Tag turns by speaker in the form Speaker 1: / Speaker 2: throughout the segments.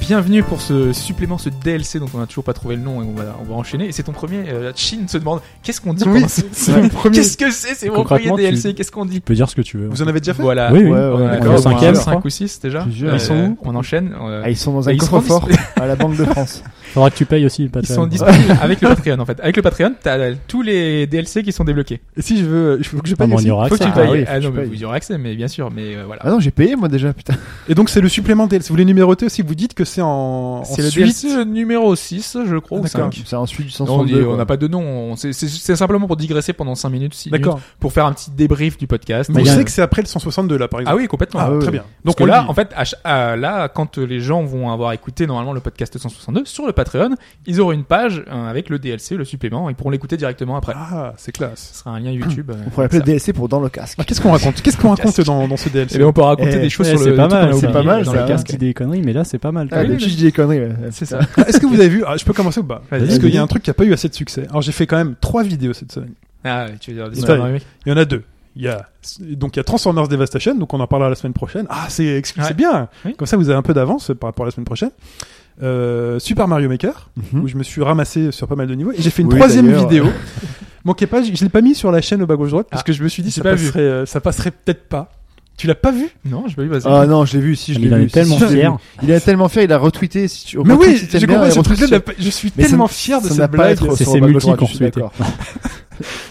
Speaker 1: bienvenue pour ce supplément, ce DLC dont on n'a toujours pas trouvé le nom et on va, on va enchaîner. Et c'est ton premier. Euh, Chin se demande qu'est-ce qu'on dit
Speaker 2: Oui,
Speaker 1: pendant-
Speaker 2: c'est c'est mon premier.
Speaker 1: Qu'est-ce que c'est C'est mon premier
Speaker 3: Concrètement,
Speaker 1: DLC, qu'est-ce qu'on dit
Speaker 3: Tu peux dire ce que tu veux.
Speaker 4: Vous en avez déjà fait
Speaker 1: Voilà.
Speaker 3: Oui,
Speaker 2: Bah,
Speaker 3: oui.
Speaker 2: Ouais, ouais,
Speaker 1: On est
Speaker 2: ouais,
Speaker 3: on est
Speaker 1: d'accord,
Speaker 3: au
Speaker 2: ouais,
Speaker 3: cinquième,
Speaker 2: ouais.
Speaker 1: 5 ou 6 déjà. Euh,
Speaker 2: Plusieurs. Ils sont où
Speaker 1: On enchaîne. euh,
Speaker 2: Ah, ils sont dans un
Speaker 1: ils sont
Speaker 2: coffre-fort à la Banque de France.
Speaker 3: Faudra que tu payes aussi le
Speaker 1: Ils
Speaker 3: Patreon.
Speaker 1: sont disponibles avec le Patreon en fait. Avec le Patreon, t'as euh, tous les DLC qui sont débloqués.
Speaker 4: Et si je veux, je veux que je
Speaker 3: Ah,
Speaker 4: paye
Speaker 3: mais on y
Speaker 4: aussi.
Speaker 3: aura
Speaker 1: Faut que
Speaker 3: accès.
Speaker 1: tu
Speaker 2: Ah
Speaker 1: payes.
Speaker 2: oui, faut
Speaker 1: Ah
Speaker 2: que
Speaker 1: non,
Speaker 2: tu
Speaker 1: mais
Speaker 2: payes.
Speaker 1: vous y aurez accès, mais bien sûr, mais euh, voilà.
Speaker 2: Ah non, j'ai payé moi déjà, putain.
Speaker 4: Et donc c'est le supplément DLC. Vous voulez numéroter aussi Vous dites que c'est en, en
Speaker 1: C'est le
Speaker 4: Suisse.
Speaker 1: DLC numéro 6, je crois,
Speaker 4: Ah,
Speaker 1: ou
Speaker 4: d'accord.
Speaker 1: 5.
Speaker 2: C'est ensuite du
Speaker 1: Non, on dit-
Speaker 2: 162.
Speaker 1: on
Speaker 2: quoi.
Speaker 1: n'a pas de nom. on- c'est- C'est c'est simplement pour digresser pendant 5 minutes, six minutes,
Speaker 4: D'accord.
Speaker 1: pour faire un petit débrief du podcast.
Speaker 3: Mais
Speaker 4: Vous
Speaker 3: il y a-
Speaker 4: savez que c'est après le 162 là, par exemple.
Speaker 1: Ah oui, complètement.
Speaker 4: Ah,
Speaker 2: ouais,
Speaker 4: très
Speaker 2: ouais.
Speaker 4: bien.
Speaker 1: Donc
Speaker 4: Parce que
Speaker 1: là,
Speaker 4: lui-
Speaker 1: en fait, à ch- à- là, quand les gens vont avoir écouté normalement le podcast 162 sur le Patreon, ils auront une page euh, avec le DLC, le supplément, ils pourront l'écouter directement après.
Speaker 4: Ah, c'est
Speaker 1: Ce
Speaker 4: classe.
Speaker 1: sera un lien YouTube. euh,
Speaker 2: On pourrait l'appeler
Speaker 1: comme ça.
Speaker 2: DLC pour dans le casque.
Speaker 4: Ah, qu'est-ce qu'on raconte Qu'est-ce qu'on raconte
Speaker 1: Casque.
Speaker 4: dans, dans ce
Speaker 1: Eh
Speaker 4: DLC
Speaker 1: bien, on peut raconter
Speaker 2: Eh,
Speaker 1: des choses
Speaker 3: Ouais,
Speaker 1: sur le.
Speaker 3: c'est pas
Speaker 1: tout
Speaker 3: mal,
Speaker 1: qu'on a
Speaker 3: c'est
Speaker 1: oublié
Speaker 3: pas mal,
Speaker 1: dans
Speaker 3: ça
Speaker 1: le
Speaker 2: hein.
Speaker 3: un
Speaker 1: casque.
Speaker 3: petit des conneries, mais là c'est pas mal.
Speaker 2: Ah,
Speaker 1: oui,
Speaker 2: des
Speaker 1: oui.
Speaker 2: petites des conneries. ouais.
Speaker 1: C'est ça.
Speaker 4: Ah, Est-ce que vous avez vu ah, Je peux commencer ou pas
Speaker 1: Vas-y.
Speaker 4: Parce qu'il y a un truc qui a pas eu assez de succès. Alors j'ai fait quand même trois vidéos cette semaine.
Speaker 1: Ah, tu veux dire des
Speaker 4: Ouais.
Speaker 1: super aimés.
Speaker 4: Il y en a deux. Il y a donc il y a Transformers Devastation, donc on en parlera la semaine prochaine. Ah, c'est exclu-
Speaker 1: Ouais.
Speaker 4: c'est bien.
Speaker 1: Oui.
Speaker 4: Comme ça, vous avez un peu d'avance par rapport à la semaine prochaine. Euh, Super Mario Maker,
Speaker 2: Mhm.
Speaker 4: où je me suis ramassé sur pas mal de niveaux. Et j'ai fait une
Speaker 2: Oui,
Speaker 4: troisième
Speaker 2: d'ailleurs.
Speaker 4: vidéo. Manquez pas, je je l'ai pas mis sur la chaîne au bas gauche droite parce
Speaker 1: Ah,
Speaker 4: que je me suis dit
Speaker 1: j'ai
Speaker 4: ça
Speaker 1: pas vu.
Speaker 4: passerait, euh, ça passerait peut-être pas. Tu l'as pas vu
Speaker 1: Non, je peux lui passer.
Speaker 2: Ah non, je l'ai vu, si je
Speaker 3: Il
Speaker 2: l'ai
Speaker 3: en
Speaker 2: vu.
Speaker 3: est tellement
Speaker 2: si, je l'ai
Speaker 3: fier.
Speaker 2: vu. Ah, Il est tellement fier, il a retweeté. Si tu...
Speaker 4: Mais oui,
Speaker 2: retweet si t'aimes
Speaker 4: j'ai
Speaker 2: bien,
Speaker 4: compris.
Speaker 2: et
Speaker 4: ce
Speaker 2: retweet
Speaker 4: truc-là
Speaker 2: si-
Speaker 4: n'a pas- Je suis
Speaker 2: Mais ça
Speaker 4: tellement
Speaker 2: ne-
Speaker 4: fier de
Speaker 2: ça
Speaker 4: cette
Speaker 2: n'a pas à
Speaker 4: blague.
Speaker 2: être
Speaker 3: C'est
Speaker 2: sur Bas
Speaker 3: ses
Speaker 2: Gauche
Speaker 3: multi
Speaker 2: Droite,
Speaker 3: qu'on
Speaker 2: je suis
Speaker 3: retweetait.
Speaker 2: d'accord.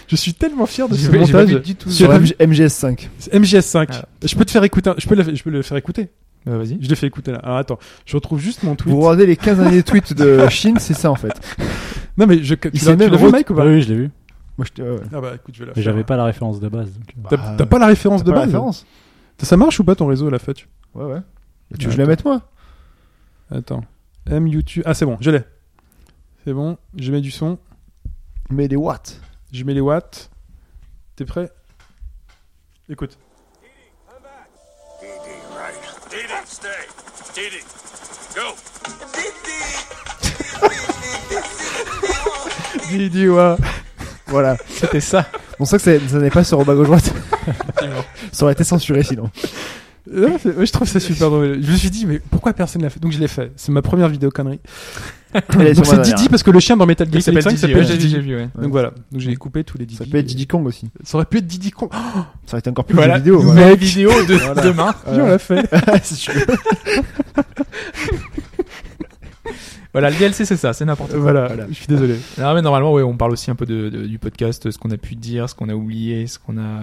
Speaker 4: Je suis tellement fier de
Speaker 1: J'ai
Speaker 4: ce
Speaker 1: pas- j'ai pas
Speaker 4: montage.
Speaker 1: vu du tout.
Speaker 4: J'ai
Speaker 2: Sur
Speaker 4: pas vu-
Speaker 2: MG- MGS5.
Speaker 4: C'est MGS5.
Speaker 1: Ah.
Speaker 4: Je peux te faire écouter. un- Je peux, le... je peux le faire écouter.
Speaker 1: Bah, vas-y.
Speaker 4: Je l'ai fait écouter là. Alors attends, je retrouve juste mon tweet.
Speaker 2: Vous regardez les 15 derniers tweets de Chine, c'est ça en fait.
Speaker 4: Non mais je. Tu
Speaker 2: Il
Speaker 4: l'as-
Speaker 2: s'est
Speaker 4: tu
Speaker 2: même
Speaker 4: l'as vu,
Speaker 2: re-
Speaker 4: Mike, ou pas
Speaker 3: Oui, je l'ai vu.
Speaker 2: Moi, je te- ouais, ouais.
Speaker 4: Ah bah écoute, je vais la
Speaker 3: Mais
Speaker 4: faire.
Speaker 3: j'avais pas la référence de base. donc, euh.
Speaker 4: T'as t'as pas la référence
Speaker 2: Bah. T'as
Speaker 4: de
Speaker 2: pas la
Speaker 4: base
Speaker 2: référence
Speaker 4: Ça marche ou pas ton réseau la Fetch
Speaker 2: Ouais, ouais. Tu veux que je la mette moi
Speaker 4: Attends. M YouTube. Ah c'est bon, je l'ai. C'est bon. Je mets du son.
Speaker 2: Mais les watts.
Speaker 4: Je mets les watts. T'es prêt Écoute.
Speaker 5: DD, right. DD, stay. DD, go.
Speaker 4: Didi wa.
Speaker 2: Voilà.
Speaker 1: C'était ça.
Speaker 2: On sait que ça, ça n'est pas sur au bas gauche droite. ça aurait été censuré sinon.
Speaker 4: Ouais, c'est- ouais, je trouve ça super drôle. Je me suis dit mais pourquoi personne l'a fait Donc je l'ai fait. C'est ma première vidéo connerie.
Speaker 2: Allez, sur moi,
Speaker 4: Donc c'est
Speaker 2: derrière.
Speaker 4: Didi parce que le chien dans Metal Gear
Speaker 1: Il
Speaker 4: Solid
Speaker 1: s'appelle
Speaker 4: 5
Speaker 1: Didi.
Speaker 4: s'appelle
Speaker 1: ouais, j'ai-
Speaker 4: Didi.
Speaker 1: j'ai vu, ouais.
Speaker 4: Donc voilà. Donc j'ai coupé tous les Didi. euh,
Speaker 2: Ça peut être Didi Kong aussi.
Speaker 4: Ça aurait pu être Didi Con. Oh,
Speaker 2: Ça aurait été encore plus
Speaker 1: Voilà,
Speaker 2: de vidéo.
Speaker 1: nouvelle vidéo de demain.
Speaker 4: viens, Oh, on l'a fait.
Speaker 2: Si tu veux.
Speaker 1: Voilà, le DLC c'est ça, c'est n'importe quoi.
Speaker 4: voilà.
Speaker 2: Voilà.
Speaker 4: Je suis désolé.
Speaker 1: Non mais normalement ouais, on parle aussi un peu de, de- du podcast, ce qu'on a pu dire, ce qu'on a oublié, ce qu'on a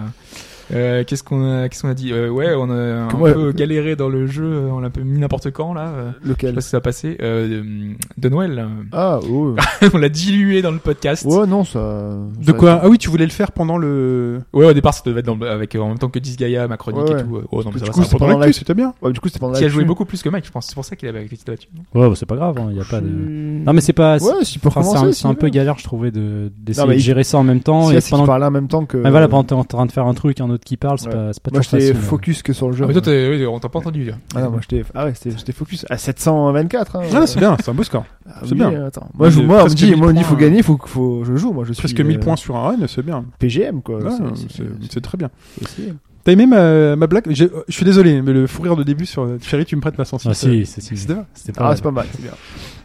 Speaker 1: euh, qu'est-ce qu'on a qu'est-ce qu'on a dit Euh, ouais, on a un
Speaker 2: Comment-
Speaker 1: peu galéré dans le jeu, euh, on l'a un peu mis n'importe quand là. euh, Je sais
Speaker 2: Lequel
Speaker 1: pas si ça a passé euh, de Noël. là.
Speaker 2: Ah, oh.
Speaker 1: on l'a dilué dans le podcast.
Speaker 2: Ouais, non, ça.
Speaker 4: De quoi Ah oui, tu voulais le faire pendant le.
Speaker 1: Ouais, au départ ça devait être dans, le- avec euh, en même temps que Disgaea, ma chronique
Speaker 2: Ouais,
Speaker 1: et tout. Oh non mais
Speaker 2: Du
Speaker 1: ça va. ça
Speaker 2: coup,
Speaker 1: va.
Speaker 2: pendant
Speaker 4: Pendant l'actu,
Speaker 2: l'actu.
Speaker 4: c'était bien.
Speaker 2: Ouais, du coup, c'était pendant
Speaker 1: Qui a joué
Speaker 2: l'actu.
Speaker 1: beaucoup plus que Mike, je pense. C'est pour ça qu'il avait été battu. non
Speaker 3: Ouais, bah, c'est pas grave. hein, Il y a pas de. Non, mais c'est pas. c'est-
Speaker 2: Ouais, si pour
Speaker 3: enfin, c'est
Speaker 2: commencer.
Speaker 3: un-
Speaker 2: si
Speaker 3: c'est un
Speaker 2: tu
Speaker 3: peu
Speaker 2: veux.
Speaker 3: galère, je trouvais, de d'essayer
Speaker 2: Non, mais
Speaker 3: de
Speaker 2: il-
Speaker 3: gérer ça en même temps
Speaker 2: Si,
Speaker 3: et
Speaker 2: là, c'est que tu
Speaker 3: pendant.
Speaker 2: parlais en même temps que.
Speaker 3: Ah, voilà, pendant que t'es en train de faire un truc, un autre qui parle, c'est
Speaker 2: Ouais.
Speaker 3: pas c'est pas
Speaker 2: Moi,
Speaker 3: toujours
Speaker 2: j'étais
Speaker 3: facile. hein.
Speaker 2: focus que sur le jeu.
Speaker 1: Ah, mais toi, t'es- oui, on t'a pas entendu. hein. dire.
Speaker 2: Ah, non, moi, j'étais. Ah ouais, c'était- j'étais focus à 724. hein.
Speaker 4: Ah, non, c'est bien, c'est un beau score.
Speaker 2: Ah
Speaker 4: c'est
Speaker 2: oui,
Speaker 4: bien.
Speaker 2: euh, attends. Moi,
Speaker 4: Il
Speaker 2: je,
Speaker 4: est
Speaker 2: moi, on me
Speaker 4: presque
Speaker 2: dit,
Speaker 4: 1000
Speaker 2: moi, il faut
Speaker 4: points.
Speaker 2: gagner, il faut, faut, je joue, moi, je suis.
Speaker 4: Presque 1000
Speaker 2: euh,
Speaker 4: points sur un run, c'est bien.
Speaker 2: PGM, quoi.
Speaker 4: Ouais,
Speaker 2: c'est- euh.
Speaker 4: c'est-
Speaker 2: c'est-
Speaker 4: c'est très bien.
Speaker 2: c'est-
Speaker 4: T'as aimé ma, ma blague J'ai- euh, Je suis désolé, mais le fou rire de début sur euh, Chérie, tu me prêtes ma
Speaker 3: Ah,
Speaker 4: sensibilité.
Speaker 3: si, si, si.
Speaker 4: C'était bien.
Speaker 3: C'était pas.
Speaker 2: Ah,
Speaker 3: mal.
Speaker 2: c'est pas mal, c'est bien.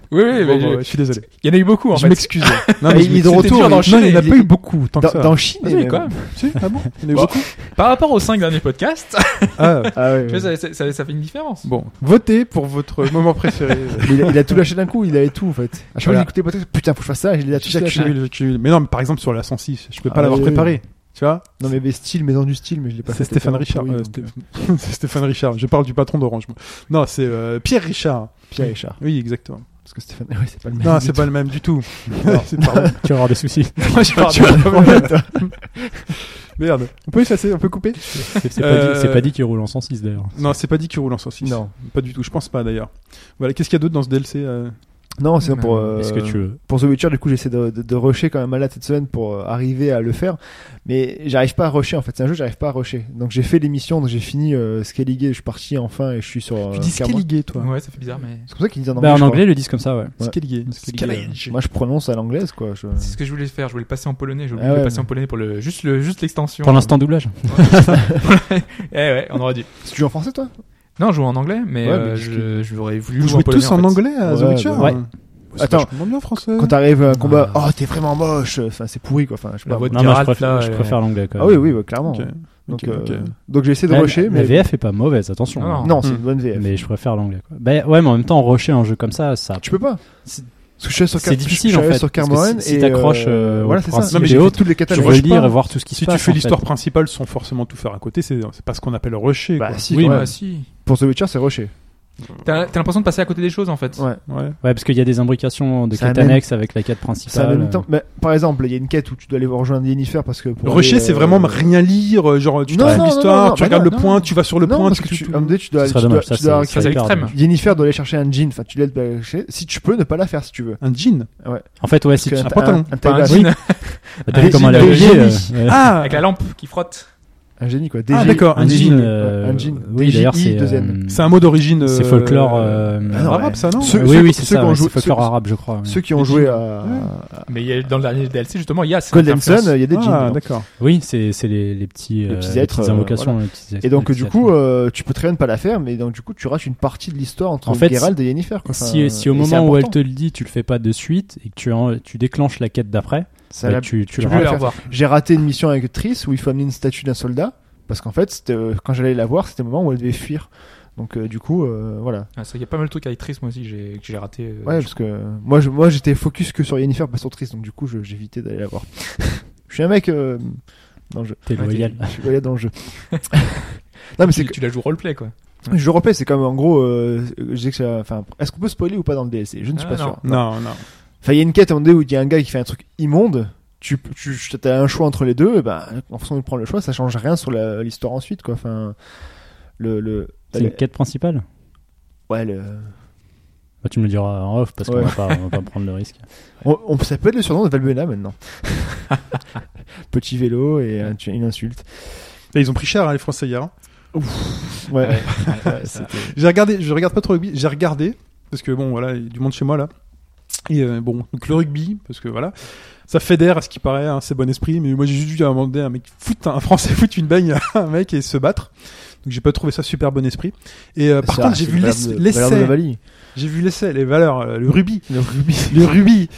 Speaker 1: Oui, oui,
Speaker 4: Bon,
Speaker 1: mais
Speaker 4: bon,
Speaker 1: je-
Speaker 4: ouais, je suis désolé.
Speaker 1: il y en a eu beaucoup en
Speaker 4: je
Speaker 1: fait.
Speaker 4: m'excuse. non,
Speaker 2: Mais
Speaker 4: mais je
Speaker 2: il est
Speaker 4: m'excuse.
Speaker 2: de
Speaker 4: C'était
Speaker 2: retour,
Speaker 4: dur d'enchaîner. Non, il n'y en a
Speaker 2: il-
Speaker 4: pas eu beaucoup tant
Speaker 2: Dans,
Speaker 4: que ça.
Speaker 2: dans Chine,
Speaker 4: Ah, si,
Speaker 2: même.
Speaker 4: quand même. Si, ah bon Il y en a eu
Speaker 1: Bon.
Speaker 4: beaucoup.
Speaker 1: Par rapport aux cinq derniers podcasts,
Speaker 4: Ah,
Speaker 2: Ah ouais,
Speaker 1: tu vois,
Speaker 2: ouais.
Speaker 1: ça, ça- ça- ça fait une différence.
Speaker 4: bon. Votez pour votre moment préféré.
Speaker 2: Mais il, a, il a tout lâché d'un coup, il avait tout en fait. À chaque fois
Speaker 4: Voilà.
Speaker 2: fois, j'écoutais peut-être, putain, faut que je fasse ça, il a tout lâché.
Speaker 4: J'accumule, j'accumule. Mais non, mais par exemple sur la 106, je peux pas
Speaker 2: Ah,
Speaker 4: l'avoir
Speaker 2: oui,
Speaker 4: préparé. Tu vois
Speaker 2: Non, mais, mais style, maison du style, mais je l'ai pas
Speaker 4: C'est
Speaker 2: fait, tellement
Speaker 4: Stéphane Richard.
Speaker 2: pourri,
Speaker 4: euh,
Speaker 2: donc, euh,
Speaker 4: Sté- c'est Stéphane Richard. Je parle du patron d'Orange. moi. Non, c'est euh, Pierre Richard.
Speaker 2: Pierre Richard.
Speaker 4: Oui, exactement.
Speaker 2: Parce que Stéphane, ouais, c'est pas le même.
Speaker 4: Non,
Speaker 2: du
Speaker 4: c'est
Speaker 2: tout.
Speaker 4: pas le même du tout.
Speaker 2: Non.
Speaker 4: C'est- pardon.
Speaker 3: Tu vas avoir des soucis.
Speaker 4: Moi, je parle
Speaker 2: Tu vois,
Speaker 4: de-
Speaker 2: en fait, hein.
Speaker 4: Merde. On peut effacer, on peut couper
Speaker 3: C'est c'est
Speaker 4: Euh,
Speaker 3: pas dit- c'est pas dit qu'il roule en 106 d'ailleurs.
Speaker 4: Non, c'est pas dit qu'il roule en 106.
Speaker 2: Non.
Speaker 4: Pas du tout, je pense pas d'ailleurs. Voilà, qu'est-ce qu'il y a d'auttre dans ce DLC euh
Speaker 2: Non, sinon
Speaker 1: Mais
Speaker 2: pour, euh,
Speaker 3: Est-ce que tu veux
Speaker 2: pour The Witcher, du coup, j'essaie de, de, de rusher quand même malade cette semaine pour euh, arriver à le faire. Mais j'arrive pas à rusher en fait. C'est un jeu, j'arrive pas à rusher. Donc j'ai fait l'émission, donc j'ai fini euh, Skellige, je suis parti enfin et je suis sur. euh, Cameron.
Speaker 4: Skellige, toi.
Speaker 1: Ouais, ça fait bizarre, mais.
Speaker 2: C'est comme ça qu'ils disent en anglais.
Speaker 3: Bah, en
Speaker 2: je crois.
Speaker 3: anglais, ils le disent comme ça, ouais.
Speaker 2: Ouais.
Speaker 4: Skellige.
Speaker 3: Skellige.
Speaker 4: Skellige.
Speaker 2: Moi, je prononce à l'anglaise quoi. Je...
Speaker 1: C'est ce que je voulais faire. Je voulais le passer en polonais. Je voulais
Speaker 2: Ah
Speaker 1: le
Speaker 2: ouais,
Speaker 1: passer
Speaker 2: mais-
Speaker 1: en polonais pour le juste le juste l'extension.
Speaker 3: Pour l'instant, doublage.
Speaker 1: eh ouais, on aurait dû.
Speaker 2: Tu joues en français toi
Speaker 1: Non, je jouais en anglais, mais,
Speaker 2: Ouais, mais
Speaker 1: euh,
Speaker 2: qu'est-ce
Speaker 1: je, j'aurais voulu
Speaker 4: Vous
Speaker 1: jouer
Speaker 4: jouez
Speaker 1: polonais,
Speaker 4: tous en,
Speaker 1: fait.
Speaker 4: anglais à The
Speaker 2: Ouais,
Speaker 4: Witcher
Speaker 2: bah
Speaker 3: ouais.
Speaker 4: hein
Speaker 2: Attends.
Speaker 4: C'est vachement bien français.
Speaker 2: Quand t'arrives à un combat,
Speaker 1: Ah.
Speaker 2: oh t'es vraiment moche. Enfin, c'est pourri quoi. Enfin, je sais
Speaker 1: La
Speaker 2: pas.
Speaker 1: voix de
Speaker 3: Non, moi, je
Speaker 1: Geralt,
Speaker 3: préfère,
Speaker 1: là,
Speaker 3: je
Speaker 1: euh,
Speaker 3: préfère l'anglais quand
Speaker 2: Ah
Speaker 3: même.
Speaker 2: oui, oui, bah, clairement.
Speaker 4: Ok.
Speaker 2: Donc,
Speaker 4: Ok, ok.
Speaker 2: euh, donc j'ai essayé de
Speaker 3: La-
Speaker 2: rusher, mais
Speaker 3: La VF est pas mauvaise, attention.
Speaker 1: Non, non.
Speaker 2: non, c'est
Speaker 4: Hmm.
Speaker 2: une bonne VF.
Speaker 3: Mais je préfère l'anglais. quoi. Bah, ouais, mais en même temps, rusher un jeu comme ça, ça.
Speaker 2: Tu peux pas.
Speaker 3: C'est-
Speaker 2: Parce que je suis allé sur
Speaker 3: C'est
Speaker 2: Car-
Speaker 3: difficile,
Speaker 2: je suis
Speaker 3: en
Speaker 2: allé
Speaker 3: fait,
Speaker 2: sur
Speaker 3: parce que
Speaker 2: Carmoran
Speaker 3: si- si
Speaker 2: et,
Speaker 3: t'accroches,
Speaker 2: euh,
Speaker 3: euh,
Speaker 2: voilà,
Speaker 3: au
Speaker 2: c'est ça.
Speaker 3: principe
Speaker 2: Non, mais
Speaker 3: et
Speaker 2: j'ai fait
Speaker 3: autres,
Speaker 2: toutes les
Speaker 3: Tu
Speaker 2: catalogues.
Speaker 3: veux
Speaker 2: je sais
Speaker 3: lire
Speaker 2: pas.
Speaker 3: et voir tout ce qui se
Speaker 4: Si
Speaker 3: passe.
Speaker 4: tu fais
Speaker 3: en fait.
Speaker 4: l'histoire principale sans forcément tout faire à côté, c'est c'est pas ce qu'on appelle rusher.
Speaker 2: Bah,
Speaker 4: quoi.
Speaker 2: si,
Speaker 1: Oui,
Speaker 2: quand
Speaker 1: bah,
Speaker 2: même.
Speaker 1: si.
Speaker 2: Pour The Witcher, c'est rusher.
Speaker 1: T'as, t'as l'impression de passer à côté des choses en fait.
Speaker 2: Ouais.
Speaker 4: Ouais.
Speaker 3: Ouais, parce qu'il y a des imbrications de
Speaker 2: Ça
Speaker 3: quêtes
Speaker 2: amène-
Speaker 3: annexes avec la quête principale.
Speaker 2: C'est en même
Speaker 3: euh,
Speaker 2: temps. Mais, par exemple, il y a une quête où tu dois aller rejoindre Yennefer parce que pour.
Speaker 4: Rusher,
Speaker 2: aller,
Speaker 4: c'est
Speaker 2: euh,
Speaker 4: vraiment rien lire, euh, genre tu
Speaker 2: Non,
Speaker 4: te
Speaker 2: non,
Speaker 4: fous
Speaker 2: non, non,
Speaker 4: l'histoire,
Speaker 2: non,
Speaker 4: tu
Speaker 2: bah
Speaker 4: regardes
Speaker 2: non,
Speaker 4: le
Speaker 2: non.
Speaker 4: point, tu vas sur le
Speaker 2: Non,
Speaker 4: point,
Speaker 2: parce
Speaker 4: tu-
Speaker 2: que
Speaker 4: tu-
Speaker 2: tu, à un moment donné, tu dois,
Speaker 3: ce serait
Speaker 2: tu dois,
Speaker 3: dommage.
Speaker 2: tu dois-
Speaker 3: ça, c'est
Speaker 1: Ça, c'est
Speaker 3: hyper
Speaker 1: extrême.
Speaker 3: dommage.
Speaker 2: Yennefer doit aller chercher un jean. Enfin, tu l'aides. bah, je sais- Si tu peux, ne pas la faire si tu veux.
Speaker 4: un jean.
Speaker 3: En fait, ouais, si tu.
Speaker 2: Parce que
Speaker 4: un pantalon.
Speaker 2: un
Speaker 1: Pas un
Speaker 2: tailbas-
Speaker 1: jean,
Speaker 3: Bah, T'as vu
Speaker 2: un
Speaker 3: comment elle a
Speaker 2: jean
Speaker 3: réagi
Speaker 2: de
Speaker 3: euh,
Speaker 2: génie.
Speaker 3: ouais.
Speaker 4: Ah,
Speaker 1: Avec la lampe qui frotte.
Speaker 2: Un génie quoi.
Speaker 4: Ah,
Speaker 2: DG.
Speaker 4: d'accord,
Speaker 3: Un jean.
Speaker 4: jean.
Speaker 3: euh,
Speaker 2: un jean.
Speaker 3: Oui, d'ailleurs,
Speaker 2: DJI,
Speaker 3: c'est. euh,
Speaker 2: deuxième.
Speaker 4: C'est un mot d'origine. euh,
Speaker 3: C'est folklore. euh,
Speaker 2: Ah non,
Speaker 4: arabe,
Speaker 2: ouais.
Speaker 4: ça non
Speaker 2: Ce- Ceux-
Speaker 3: oui,
Speaker 2: ceux-
Speaker 3: oui, c'est
Speaker 2: ceux
Speaker 3: ça.
Speaker 2: qui ont
Speaker 3: ouais,
Speaker 2: joué-
Speaker 3: C'est folklore
Speaker 2: ceux-
Speaker 3: arabe, je crois. ouais.
Speaker 2: Ceux qui ont joué à
Speaker 1: Mais il y a- dans le dernier DLC justement, il y a cette
Speaker 2: Golden
Speaker 1: influence.
Speaker 2: Sun, il y a des
Speaker 4: Ah,
Speaker 2: jeans.
Speaker 4: d'accord.
Speaker 3: Oui, c'est c'est les, les petits,
Speaker 2: Les
Speaker 3: euh,
Speaker 2: petits
Speaker 3: les
Speaker 2: êtres,
Speaker 3: petites
Speaker 2: euh,
Speaker 3: invocations. les petits êtres,
Speaker 2: Et donc
Speaker 3: les
Speaker 2: du
Speaker 3: petits
Speaker 2: coup,
Speaker 3: êtres.
Speaker 2: euh, tu peux très bien ne pas la faire, mais donc du coup, tu rates une partie de l'histoire entre
Speaker 3: En fait,
Speaker 2: Geralt et Yennefer. quoi. Enfin,
Speaker 3: si, si au
Speaker 2: et c'est
Speaker 3: moment où elle
Speaker 2: important.
Speaker 3: te le dit, tu le fais pas de suite et que tu, en- tu déclenches la quête d'après,
Speaker 2: Ça
Speaker 3: bah,
Speaker 2: l'a-
Speaker 3: tu, tu
Speaker 1: Tu
Speaker 3: le
Speaker 2: peux
Speaker 1: peux
Speaker 3: rates.
Speaker 1: la
Speaker 2: faire.
Speaker 1: revoir.
Speaker 2: j'ai raté une mission avec Triss où il faut amener une statue d'un soldat parce qu'en fait, c'était, euh, quand j'allais la voir, c'était le moment où elle devait fuir. Donc euh, du coup, euh, voilà.
Speaker 1: Ah, ça, Il y a pas mal de trucs avec Triss moi aussi que j'ai- que j'ai raté. euh,
Speaker 2: Ouais, parce que euh, moi, je- moi, j'étais focus que sur Yennefer, pas sur Triss, donc du coup, je- j'évitais d'aller la voir. je suis un mec euh, dans le jeu.
Speaker 3: T'es
Speaker 1: Ouais,
Speaker 3: loyal.
Speaker 2: Je suis loyal dans le jeu. non, mais c'est
Speaker 1: tu,
Speaker 2: que
Speaker 1: tu la joues roleplay quoi.
Speaker 2: je replay, c'est comme en gros, euh, je disais que ça- enfin, est-ce qu'on peut spoiler ou pas dans le DLC Je ne suis
Speaker 1: Ah,
Speaker 2: pas
Speaker 1: non.
Speaker 2: sûr.
Speaker 4: Non, non.
Speaker 2: Enfin, il y a une quête à un moment donné où il y a un gars qui fait un truc immonde. Tu, tu as un choix entre les deux, et ben, en fonction de prendre le choix, ça change rien sur la- l'histoire ensuite, quoi. Enfin, le, le,
Speaker 3: C'est une quête principale
Speaker 2: ouais, le-
Speaker 3: Bah, Tu me le diras en off parce
Speaker 2: Ouais.
Speaker 3: qu'on va pas, on va pas prendre le risque.
Speaker 2: on, on- ça peut être le surnom de Valbuena maintenant. Petit vélo et un- tu- une insulte.
Speaker 4: Et ils ont pris cher hein, les Français hier. hein.
Speaker 2: Ouais.
Speaker 1: Ouais,
Speaker 2: euh,
Speaker 1: ça-
Speaker 4: J'ai regardé, je regarde pas trop le rugby, j'ai regardé, parce que bon, voilà, il y a du monde chez moi là. Et euh, bon, donc le rugby, parce que voilà, ça fédère à ce qui paraît, hein, c'est bon esprit, mais moi j'ai juste vu à un moment donné un mec foutre, un français foutre une baigne à un mec et se battre. Donc j'ai pas trouvé ça super bon esprit. Et euh, par
Speaker 2: Ça,
Speaker 4: contre, j'ai
Speaker 2: c'est
Speaker 4: vu
Speaker 2: valable
Speaker 4: l'ess-
Speaker 2: de- valable de
Speaker 4: l'essai,
Speaker 2: Bali.
Speaker 4: j'ai vu l'essai, les valeurs, euh, le rugby,
Speaker 2: Le rugby.
Speaker 4: le rugby.